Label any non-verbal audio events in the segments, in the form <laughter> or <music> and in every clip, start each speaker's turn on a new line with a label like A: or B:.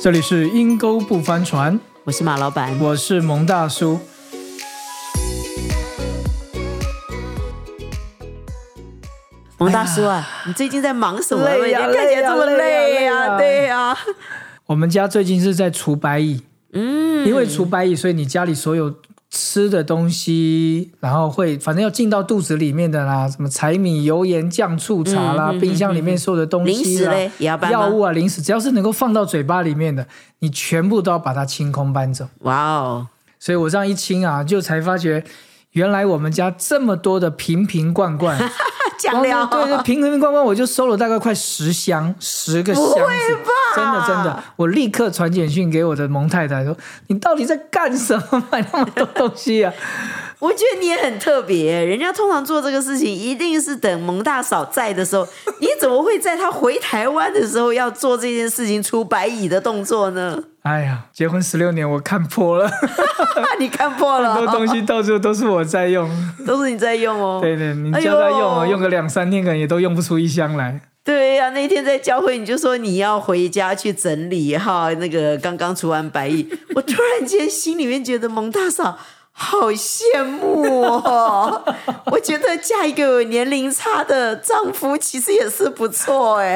A: 这里是阴沟不翻船，
B: 我是马老板，
A: 我是蒙大叔。
B: 蒙大叔啊，你最近在忙什么？每
A: 哎累呀
B: 天看起来这么累
A: 累呀
B: 呀，
A: 累
B: 对呀。
A: 我们家最近是在除白蚁，嗯，因为除白蚁，所以你家里所有吃的东西，然后会反正要进到肚子里面的啦，什么柴米油盐酱醋茶
B: 嗯
A: 啦，冰箱里面所有的东西啦，
B: 零食嘞也要搬吗
A: 药物啊，零食，只要是能够放到嘴巴里面的，你全部都要把它清空搬走。
B: 哇
A: <laughs>
B: 哦，
A: 所以我这样一清啊，就才发觉。原来我们家这么多的瓶瓶罐
B: <laughs>
A: 罐，
B: 酱料
A: 光是
B: <laughs>
A: 对对，瓶瓶罐罐我就收了大概快十箱，十个箱子，真的真的，我立刻传简讯给我的蒙太太说：“你到底在干什么？买那么多东西
B: <laughs>
A: 啊
B: 我觉得你也很特别，人家通常做这个事情一定是等蒙大嫂在的时
A: <laughs>
B: 候，你怎么会在她回台湾的时候要做这件事情出白蚁的动作呢？！” <laughs>
A: 哎呀，结婚十六年我看破了，
B: 你看破了，
A: 很多东西到处 <laughs> 都是我在
B: <laughs>
A: 用。
B: 都是你在用哦。
A: 对对，你
B: 哎
A: 叫
B: 呦
A: 他用哦，用个两三天可能也都用不出一箱来。
B: <laughs> 对呀、那天在教会你就说你要回家去整理哈，那个刚刚除完白
A: <laughs>
B: 蚁，我突然间心里面觉得蒙大嫂好羡慕
A: <laughs>
B: 哦，我觉得嫁一个有年龄差的丈夫其实也是不错
A: <laughs>
B: 哎，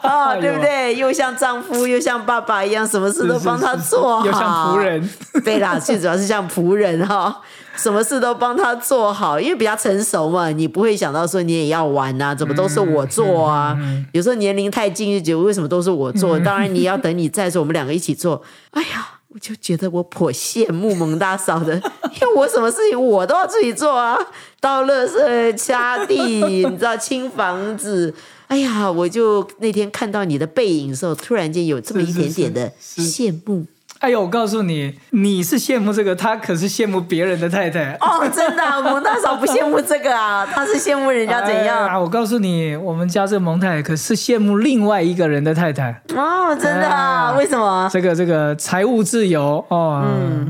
B: 啊，对不对？又像丈夫又像爸爸一样，什么事都
A: 是是
B: 帮他
A: 是
B: 做好，
A: 又像仆人。
B: <laughs> 对啦，最主要是像仆人哈、什么事都帮他做好，因为比较成熟嘛，你不会想到说你也要玩啊，怎么都是我做
A: 嗯
B: 啊。有时候年龄太近就觉得为什么都是我做，当然你要等你在的时候，我们两个一起做。哎呀。我就觉得我颇羡慕蒙大嫂的， <laughs> 因为我什么事情我都要自己做啊，倒垃圾、擦
A: <laughs>
B: 地，你知道清房子。哎呀，我就那天看到你的背影的时候，突然间有这么
A: 是
B: 一
A: 是
B: 点点的
A: 是是
B: 羡慕。
A: 哎呦，我告诉你，你是羡慕这个，他可是羡慕别人的太太。
B: 哦，真的、啊，蒙大嫂不羡慕这个啊，她是羡慕人家怎
A: 哎
B: 样、
A: 呀我告诉你，我们家这蒙太太可是羡慕另外一个人的太太。
B: 哦，真的啊，嗯
A: 哎
B: 为什么？ <laughs>
A: 这个这个财务自由哦，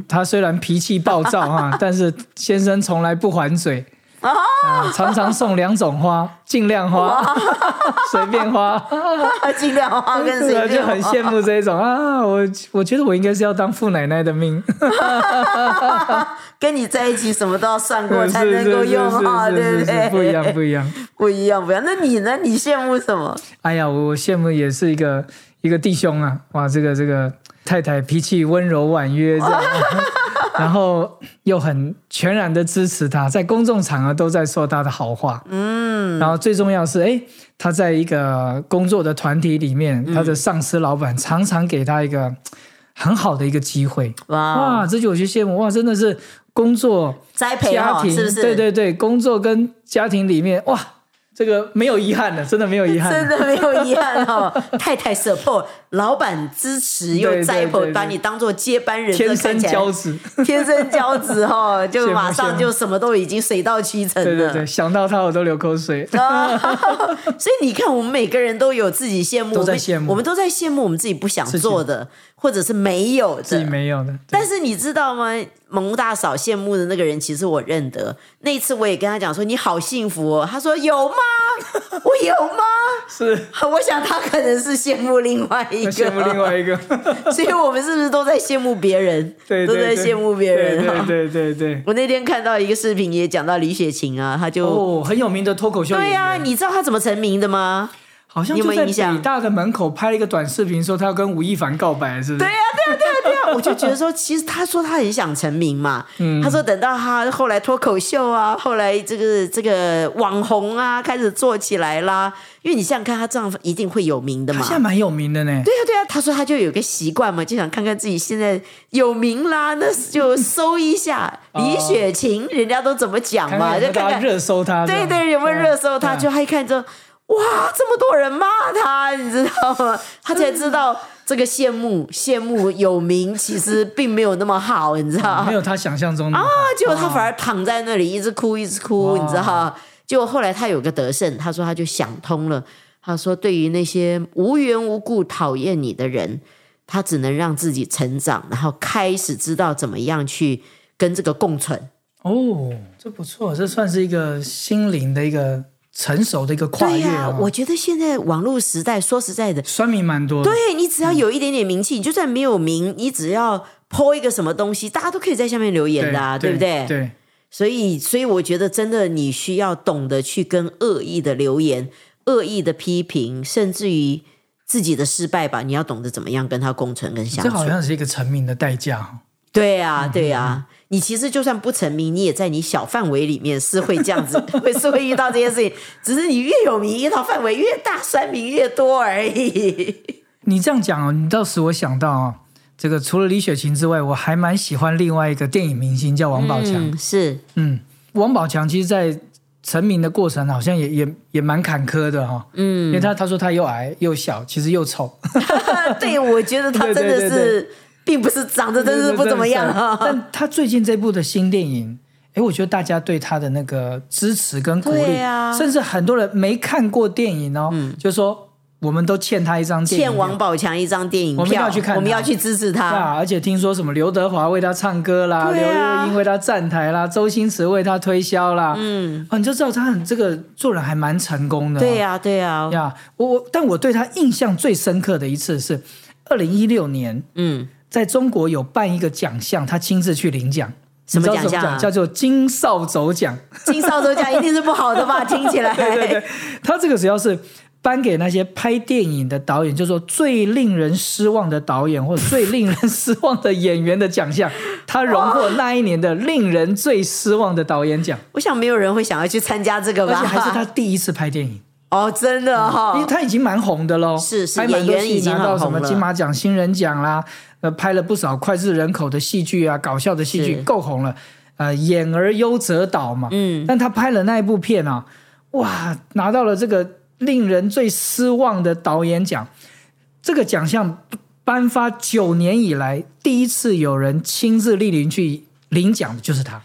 A: 他虽然脾气暴躁
B: <laughs>
A: 啊，但是先生从来不还嘴。
B: 哦
A: 啊常常送两种花，尽量花， <laughs> 随便花，
B: 尽量花跟
A: 对啊
B: 谁
A: 就很羡慕这种啊！我我觉得我应该是要当富奶奶的命，
B: 跟你在一起什么都要算过
A: 是
B: 才
A: 是
B: 能够
A: <laughs> 是
B: 用啊，
A: 是
B: 对
A: 是是
B: 对？
A: 不一样，不一样。
B: 不一样，不一样。那你呢？你羡慕什么？
A: 哎呀，我我羡慕也是一个一个弟兄啊，哇，这个这个太太脾气温柔婉约这样， <laughs> 然后又很全然的支持他，在公众场合都在说他的好话，嗯，然后最重要是，哎，他在一个工作的团体里面，
B: 嗯
A: 他的上司老板常常给他一个很好的一个机会，
B: 哇，
A: 哇，这就我就羡慕，哇，真的是工作
B: 栽培
A: 家
B: 哦，
A: 庭，
B: 是不是？
A: 对对对，工作跟家庭里面，哇，这个没有遗憾的，真的没有遗憾了
B: 真的没有遗憾哦， <laughs> 太太 support，老板支持又
A: 对对
B: 栽
A: 对
B: 培，
A: 对
B: 把你当做接班人，这
A: 天
B: 看
A: 生
B: 起来
A: 骄子。
B: 天生骄子哦，就
A: 羡慕
B: 马
A: 羡
B: 上
A: 慕
B: 就什么都已经水到渠成了。
A: 对对对，想到他我都流口水。
B: 啊，
A: <laughs>
B: 所以你看，我们每个人都有自己羡慕，
A: 都在羡慕
B: 我们我们都在羡慕我们自己不想做的，或者是没有
A: 自己
B: 的。
A: 没有的，对
B: 但是你知道吗？蒙大嫂羡慕的那个人，其实我认得。那一次我也跟她讲说：“你好幸福哦。”她说：“
A: <laughs>
B: 有吗？我有吗 <laughs>
A: 是？”
B: 我想她可能是羡慕另外一
A: 那
B: 个，
A: 羡慕另外一
B: <laughs>
A: 个，
B: 所以我们是不是都在羡慕别人？
A: 对
B: 都
A: 对
B: 在
A: 对，
B: 羡慕别人、啊。
A: 对对对对对。
B: 我那天看到一个视频，也讲到李雪琴啊，她就、
A: 哦，很有名的脱口秀演
B: 对
A: 员，
B: 呀、你知道她怎么成名的吗？
A: 好像
B: 你有
A: 就
B: 没有
A: 在
B: 印象
A: 北大的门口拍了一个短视频，说他要跟吴亦凡告白，是不是？
B: 对呀、对呀、对呀、对呀、我就觉得说，其实他说他很想成名嘛，
A: 嗯
B: 他说等到他后来脱口秀啊，后来这个这个网红啊，开始做起来啦，因为你想想看，他这样一定会有名的
A: 他
B: 嘛
A: 现。在蛮有名的呢。
B: 对呀、对呀、他说他就有个习惯嘛，就想看看自己现在有名啦，那就搜一下李雪琴，人家都怎么讲
A: 哦看
B: 嘛，
A: 看有没有
B: 就看
A: 大家
B: 看
A: 热搜他，
B: 对
A: 这样
B: 对，有没有热搜？
A: 对啊
B: 他就他一看就哇，这么多人骂他，你知道吗？ <laughs> 他才知道这个羡慕羡慕有名，其实并没有那么好，你知道吗
A: 没？有他想象中的
B: 啊，结果他反而躺在那里一直哭一直哭，你知道吗？结果后来他有个得胜，他说他就想通了，他说对于那些无缘无故讨厌你的人，他只能让自己成长，然后开始知道怎么样去跟这个共存。
A: 哦，这不错，这算是一个心灵的一个成熟的一个跨
B: 对
A: 越、
B: 呀、
A: 哦。
B: 我觉得现在网络时代，说实在的，
A: 酸民蛮多的，
B: 对你只要有一点点名气，你就算没有名，你只要 po 一个什么东西，大家都可以在下面留言的、啊，对
A: 对
B: 不对？
A: 对，
B: 所以，所以我觉得真的你需要懂得去跟恶意的留言、恶意的批评，甚至于自己的失败吧，你要懂得怎么样跟他共存跟相
A: 这好
B: 处。
A: 像是一个成名的代价哦。
B: 对啊，对啊。你其实就算不成名，你也在你小范围里面是会这样 <laughs> 子，会是会遇到这些事情。只是你越有名，遇到范围越大，酸民越多而已。
A: 你这样讲哦，你倒使我想到哦，这个除了李雪琴之外，我还蛮喜欢另外一个电影明星叫王宝强。
B: 嗯、是
A: 嗯，王宝强其实，在成名的过程好像也也也蛮坎坷的哈、嗯，因为他他说他又矮又小，其实又
B: <laughs>
A: 丑，
B: 对，我觉得他
A: 对
B: 真
A: 对
B: 的
A: 对
B: 是，并不是长得真
A: 但
B: 是不怎么样
A: <laughs>
B: 啊。
A: 但他最近这部的新电影。哎，我觉得大家对他的那个支持跟鼓励，
B: 对啊嗯
A: 甚至很多人没看过电影哦，就说我们都欠他一张电影
B: <laughs> 欠
A: 票
B: 王宝强一张电影票，
A: 我们要去看他
B: 我们要去支
A: 对
B: 持他。
A: 啊，而且听说什么刘德华为他唱歌啦，
B: 对
A: 刘
B: 啊
A: 若英为他站台啦，周星驰为他推销啦，嗯，哦，你就知道他很这个做人还蛮成功的、哦
B: 对啊
A: 呀、
B: 呀、对呀、
A: 我我但我对他印象最深刻的一次是二零一六年，
B: 嗯，
A: 在中国有办一个奖项，他亲自去领奖，
B: 什么
A: 你知道
B: 奖项啊
A: 叫做金扫帚奖。
B: 金扫帚奖一定是不好的
A: <laughs>
B: 吧？听起来，
A: 他这个只要是颁给那些拍电影的导演，就说最令人失望的导演或最令人失望的演员的奖项，他荣获那一年的令人最失望的导演奖，
B: 我想没有人会想要去参加这个
A: 而
B: 吧？
A: 且还是他嗯第一次拍电影。
B: 哦，真的
A: 因为
B: 哈、
A: 他已经蛮红的喽，
B: 是是
A: 拍蛮多
B: 演员已
A: 戏
B: 经
A: 拿到
B: 很
A: 什
B: 红
A: 么
B: 了
A: 金马奖、新人奖啦，呃，拍了不少脍炙人口的戏剧啊，搞笑的戏剧
B: 是
A: 够红了，呃，演而优则导嘛，
B: 嗯，
A: 但他拍了那一部片啊，哇，拿到了这个令人最失望的导演奖，这个奖项颁发九年以来第一次有人亲自莅临去领奖的就是他，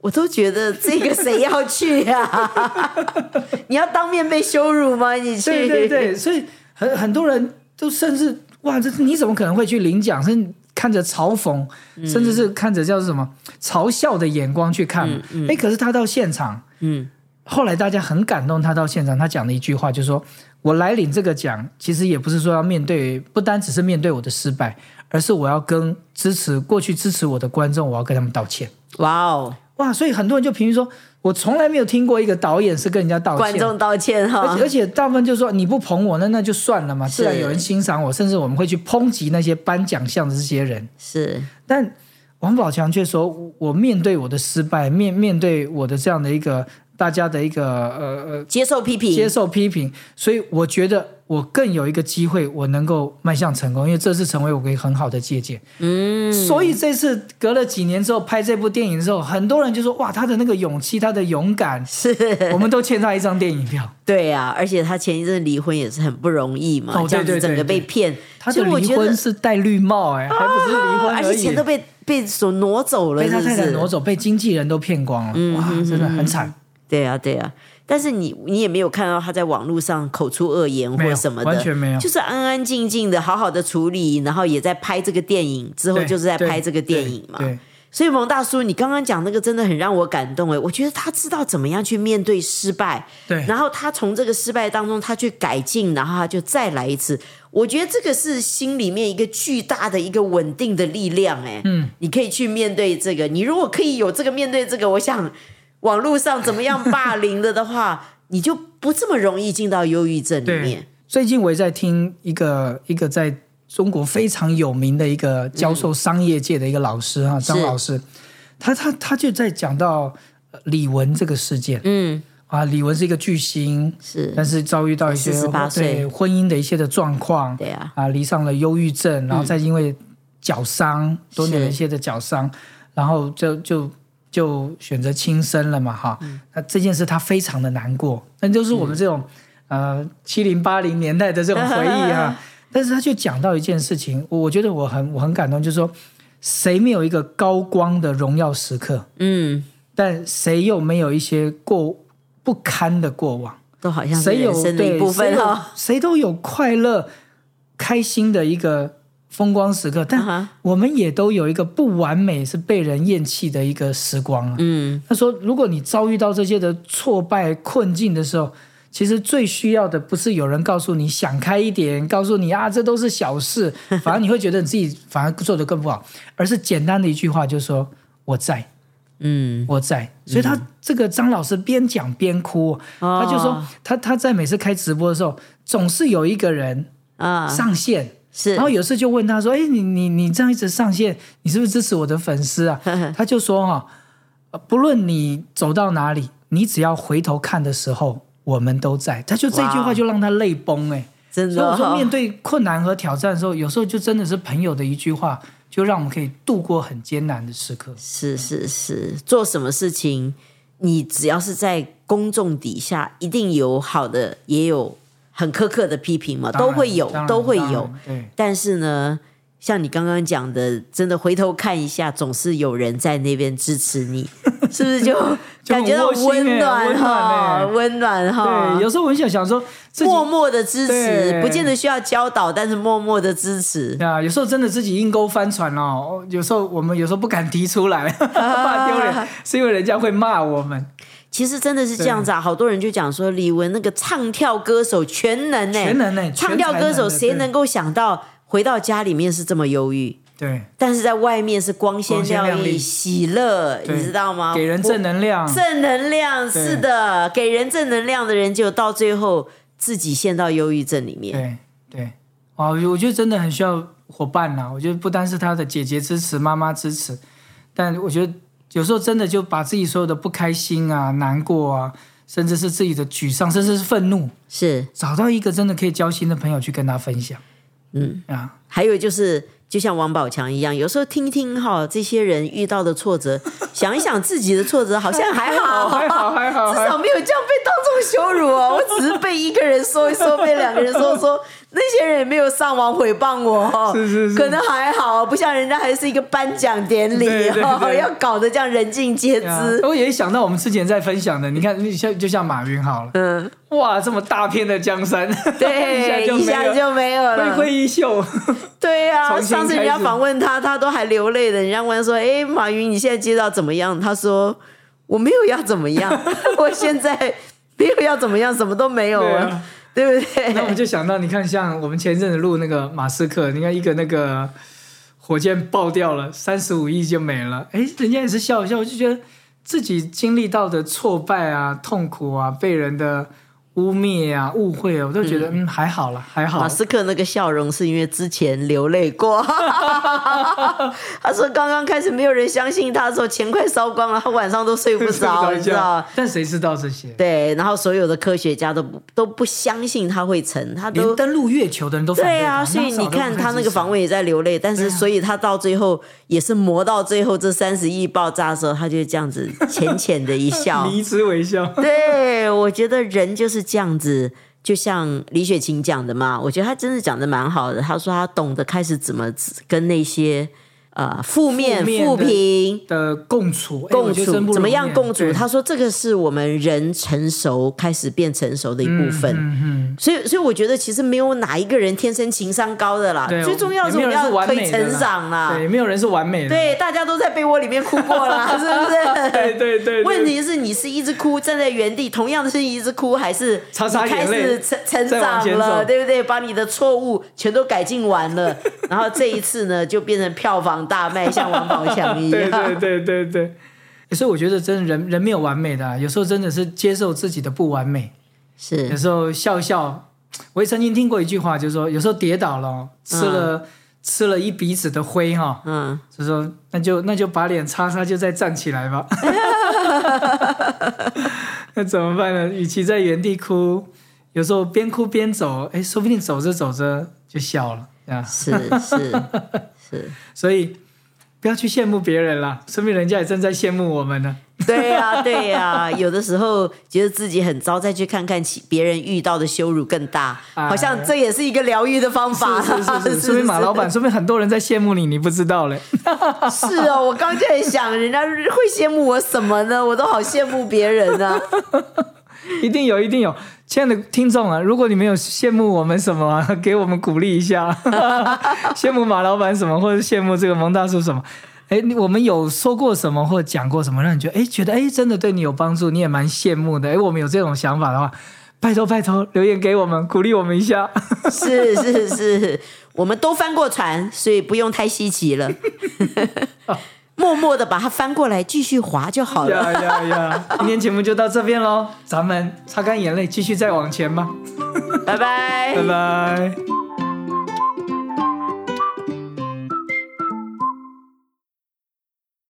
B: 我都觉得这个谁要去呀、
A: <laughs>
B: <laughs> 你要当面被羞辱吗？你去？
A: 对对
B: <laughs>
A: 对，所以很很多人都甚至哇，这你怎么可能会去领奖？甚至看着嘲讽，甚至是看着叫做什么嘲笑的眼光去看嘛。哎、可是他到现场，
B: 嗯，
A: 后来大家很感动，他到现场，他讲了一句话，就说：“我来领这个奖，其实也不是说要面对，不单只是面对我的失败，而是我要跟支持过去支持我的观众，我要跟他们道歉。”
B: 哇哦，
A: 哇，所以很多人就评论说，我从来没有听过一个导演是跟人家道歉
B: 观
A: 的。
B: 众道歉哈
A: 而且而，且大部分就说你不捧我，那那就算了嘛，
B: 嗯是
A: 自然有人欣赏我，甚至我们会去抨击那些颁奖项的这些人。
B: 是
A: 但王宝强却说，我我面对我的失败，面面对我的这样的一个大家的一个呃呃
B: 接受批
A: 接
B: 评，
A: 受批评，所以我觉得我更有一个机会，我能够迈向成功，因为这是成为我一个很好的借鉴。嗯，所以这次隔了几年之后拍这部电影之后，很多人就说哇，他的那个勇气，他的勇敢，
B: 是。
A: 我们都欠他一张电影票。
B: 对呀、而且他前一阵离婚也是很不容易嘛，
A: 哦对
B: 这样
A: 对
B: 子
A: 对
B: 整个被
A: 对
B: 骗，
A: 他
B: 所
A: 的
B: 以我
A: 离
B: 觉得啊
A: 婚是戴绿帽、哎、还不是离婚
B: 而
A: 已，
B: 且钱都被被所挪走了，
A: 被他
B: 是
A: 太
B: 不
A: 太
B: 是？
A: 挪走，被经纪人都骗光了，哇，真的很惨，
B: 对啊，对啊。但是你你也没有看到他在网络上口出恶言
A: 没
B: 或
A: 有
B: 什么的，
A: 完全没有
B: 就是安安静静的好好的处理，然后也在拍这个电影，之后
A: 对
B: 就是在
A: 对
B: 拍这个电影嘛。
A: 对，
B: 所以蒙大叔，你刚刚讲那个真的很让我感动诶，欸我觉得他知道怎么样去面对失败，
A: 对
B: 然后他从这个失败当中他去改进，然后他就再来一次。我觉得这个是心里面一个巨大的一个稳定的力量诶，嗯，你可以去面对这个。你如果可以有这个面对这个，我想网络上怎么样霸凌的的话，你就不这么容易进到忧郁症里
A: 对
B: 面
A: 对。最近我也在听一个一个在中国非常有名的一个教授商业界的一个老师啊，张老师，他他他就在讲到呃李玟这个事件
B: 嗯，
A: 啊，李玟是一个巨星，
B: 是
A: 但是遭遇到一些
B: 48岁
A: 对婚姻的一些的状况，
B: 对啊，
A: 啊，罹上了忧郁症，然后再因为脚伤，多年的
B: 是
A: 一些的脚伤，然后就就就选择轻生了嘛，哈。那这件事他非常的难过，那就是我们这种、呃七零八零年代的这种回忆啊。但是他却讲到一件事情，我我觉得我很我很感动，就是说谁没有一个高光的荣耀时刻，
B: 嗯，
A: 但谁又没有一些过不堪的过往？
B: 都好像是
A: 谁有
B: 人生的
A: 对
B: 一部分
A: 谁有
B: 哈、
A: <laughs> 谁都有快乐、开心的一个风光时刻，
B: 啊
A: 但
B: 哈
A: 我们也都有一个不完美、是被人厌弃的一个时光啊。
B: 嗯，
A: 他说，如果你遭遇到这些的挫败、困境的时候，其实最需要的不是有人告诉你想开一点，告诉你啊这都是小
B: <laughs>
A: 事，反而你会觉得你自己反而做得更不好，而是简单的一句话就说我在，
B: 嗯，
A: 我在，所以他这个张老师边讲边哭，
B: 哦
A: 他就说他他在每次开直播的时候，总是有一个人
B: 啊，
A: 上线，
B: 是
A: 然后有次就问他说：“哎，你你你这样一直上线，你是不是支持我的粉丝啊？”
B: <laughs>
A: 他就说、哈，呃不论你走到哪里，你只要回头看的时候，我们都在。他就这句
B: 哇
A: 话就让他泪崩哎、
B: 真
A: 所以
B: 的
A: 我说，
B: 哦
A: 面对困难和挑战的时候，有时候就真的是朋友的一句话，就让我们可以度过很艰难的时刻。
B: 是是是，做什么事情，你只要是在公众底下，一定有好的，也有很苛刻的批评嘛，
A: 当然
B: 都会有
A: 当，然
B: 都会
A: 当然
B: 有。
A: 对。
B: 但是呢，像你刚刚讲的，真的回头看一下，总是有人在那边支持
A: <laughs>
B: 你，是不是就
A: 就很
B: 感觉到
A: 窝心欸
B: 温暖
A: 温暖
B: 哈，
A: 欸
B: 温暖哈
A: 对，？有时候我很想想说，自己
B: 默默的支持，
A: 对
B: 不见得需要教导，但是默默的支持。
A: 啊，有时候真的自己阴沟翻船哦。有时候我们有时候不敢提出来， <laughs> 怕丢脸，是因为人家会骂我们。
B: 其实真的是这样子啊，好多人就讲说李玟那个唱跳歌手全能呢、
A: 全能欸
B: 唱跳歌手谁
A: 全才能的对
B: 能够想到回到家里面是这么忧郁，
A: 对，
B: 但是在外面是光鲜
A: 光
B: 亮
A: 鲜亮
B: 丽、
A: 丽
B: 喜乐，
A: 对
B: 你知道吗？
A: 给人正能量。
B: 正能量，
A: 对
B: 是的，给人正能量的人，就到最后自己陷到忧郁症里面。
A: 对对，哇，我觉我觉得真的很需要伙伴啦。我觉得不单是他的姐姐支持、妈妈支持，但我觉得有时候真的就把自己所有的不开心啊、难过啊，甚至是自己的沮丧，甚至是愤怒，
B: 是，
A: 找到一个真的可以交心的朋友去跟他分享。嗯啊，
B: 还有就是，就像王宝强一样，有时候听听哈这些人遇到的
A: <laughs>
B: 挫折，想一想自己的挫折，好像还好，
A: 还好还好
B: 至
A: 还
B: 少
A: 好
B: 没有这样被当众羞
A: <laughs>
B: 辱啊！我只是被一个人说一说，被两个人说说，那些人也没有上网诽谤我哦，
A: 是是是
B: 可能还好，不像人家还是一个颁奖典礼
A: 对对
B: 哦，
A: 对
B: 要搞得这样人尽皆
A: 对啊
B: 知。
A: 我也想到我们之前在分享的，你看，你像就像马云好了，
B: 嗯，
A: 哇，这么大片的江山，
B: 对，一
A: <laughs> 一下就没有
B: 下就没有
A: 挥
B: 了。
A: 挥衣
B: <laughs>
A: 袖，
B: 对啊，
A: 重新
B: 上次人家
A: 开始
B: 访问他，他都还流泪的。人家问说：“哎，马云，你现在接到怎么样？”他说：“我没有要怎么
A: <laughs>
B: 样，我现在没有要怎么样，什么都没有
A: 对
B: 啊，
A: 啊
B: 对不对？”
A: 那我们就想到，你看，像我们前阵子录那个马斯克，你看一个那个火箭爆掉了，三十五亿就没了，哎，人家也是笑一笑，我就觉得自己经历到的挫败啊、痛苦啊、被人的污蔑啊、误会啊，我都觉得嗯还好了，还好
B: 马。斯克那个笑容是因为之前流泪
A: <laughs>
B: 过，他说刚刚开始没有人相信他的时候，钱快烧光了，他晚上都睡不着，
A: <laughs> 睡
B: 你
A: 一
B: 知道
A: 觉？，但谁知道这些？
B: 对，然后所有的科学家都不都不相信他会成，他
A: 连
B: 都
A: 登陆月球的人都反
B: 对啊，
A: 他
B: 所以
A: 那时候都
B: 你
A: 不
B: 看
A: 太
B: 他那
A: 支持
B: 个访问也在流泪，但是
A: 对啊
B: 所以他到最后也是磨到最后这三十亿爆炸的时候，他就这样子浅浅的一
A: <laughs>
B: 笑，
A: 迷之微笑。
B: 对，我觉得人就是这样子，就像李雪琴讲的嘛，我觉得她真的讲的蛮好的。她说她懂得开始怎么跟那些呃负面
A: 负面的
B: 负评。
A: 的共处，哎
B: 共
A: 我觉得真
B: 处
A: 不
B: 怎么样
A: 容易
B: 共处？
A: 对
B: 她说这个是我们人成熟开始变成熟的一部分，
A: 嗯嗯
B: 所以所以我觉得其实没有哪一个人天生情商高的啦，
A: 对
B: 啊最重要
A: 也没
B: 我
A: 有
B: 们
A: 人是
B: 要
A: 完
B: 可
A: 美
B: 以
A: 的
B: 成长啦
A: 啦，，对，没有人是完美的，
B: 对，大家都在被窝里面哭过
A: <laughs>
B: 啦，是不是？
A: 对对对对
B: 问题是你是一直哭，站在原地，同样的是一直哭，还是
A: 擦擦
B: 你开
A: 眼泪
B: 始成成
A: 再往
B: 长
A: 前
B: 了，
A: 走
B: 对不对？把你的错误全都改进完
A: <laughs>
B: 了，然后这一次呢，就变成票房大卖，像王宝强
A: <laughs>
B: 一
A: 对
B: 样。
A: 对对对对。所以我觉得，真的人人没有完美的啊、有时候真的是接受自己的不完美，有
B: 是
A: 时候笑一笑。我也曾经听过一句话，就是说，有时候跌倒了哦，吃了、吃了一鼻子的灰哈、
B: 嗯，
A: 就说那就那就把脸擦擦，就再站起来吧。 <laughs> 那怎么办呢？与其在原地哭，有时候边哭边走，哎，说不定走着走着就笑了啊。
B: 是是是，
A: 所以不要去羡慕别人啦，说明人家也正在羡慕我们呢。
B: 对呀、对呀、有的时候觉得自己很糟，再去看看其别人遇到的羞辱更大，
A: 哎
B: 好像这也是一个疗愈的方法。
A: <laughs> 是是是是，说明马
B: 是
A: 老板，说明很多人在羡慕你，你不知道嘞。
B: 是哦，我刚就在想，人家会羡慕我什么呢？我都好羡慕别人呢、
A: <laughs> 一定有，一定有。亲爱的听众啊，如果你们有羡慕我们什么啊、给我们鼓励一下， <laughs> 羡慕马老板什么，或者羡慕这个蒙大叔什么。哎，你我们有说过什么或讲过什么，让你觉得哎，觉得哎，真的对你有帮助，你也蛮羡慕的。哎，我们有这种想法的话，拜托拜托，留言给我们，鼓励我们一下。
B: 是是是，我们都翻过船，所以不用太稀奇了。默默的把它翻过来，继续划就好了。
A: 呀呀呀！ <laughs> 今天节目就到这边喽，咱们擦干眼泪，继续再往前吧。
B: 拜拜
A: 拜。拜。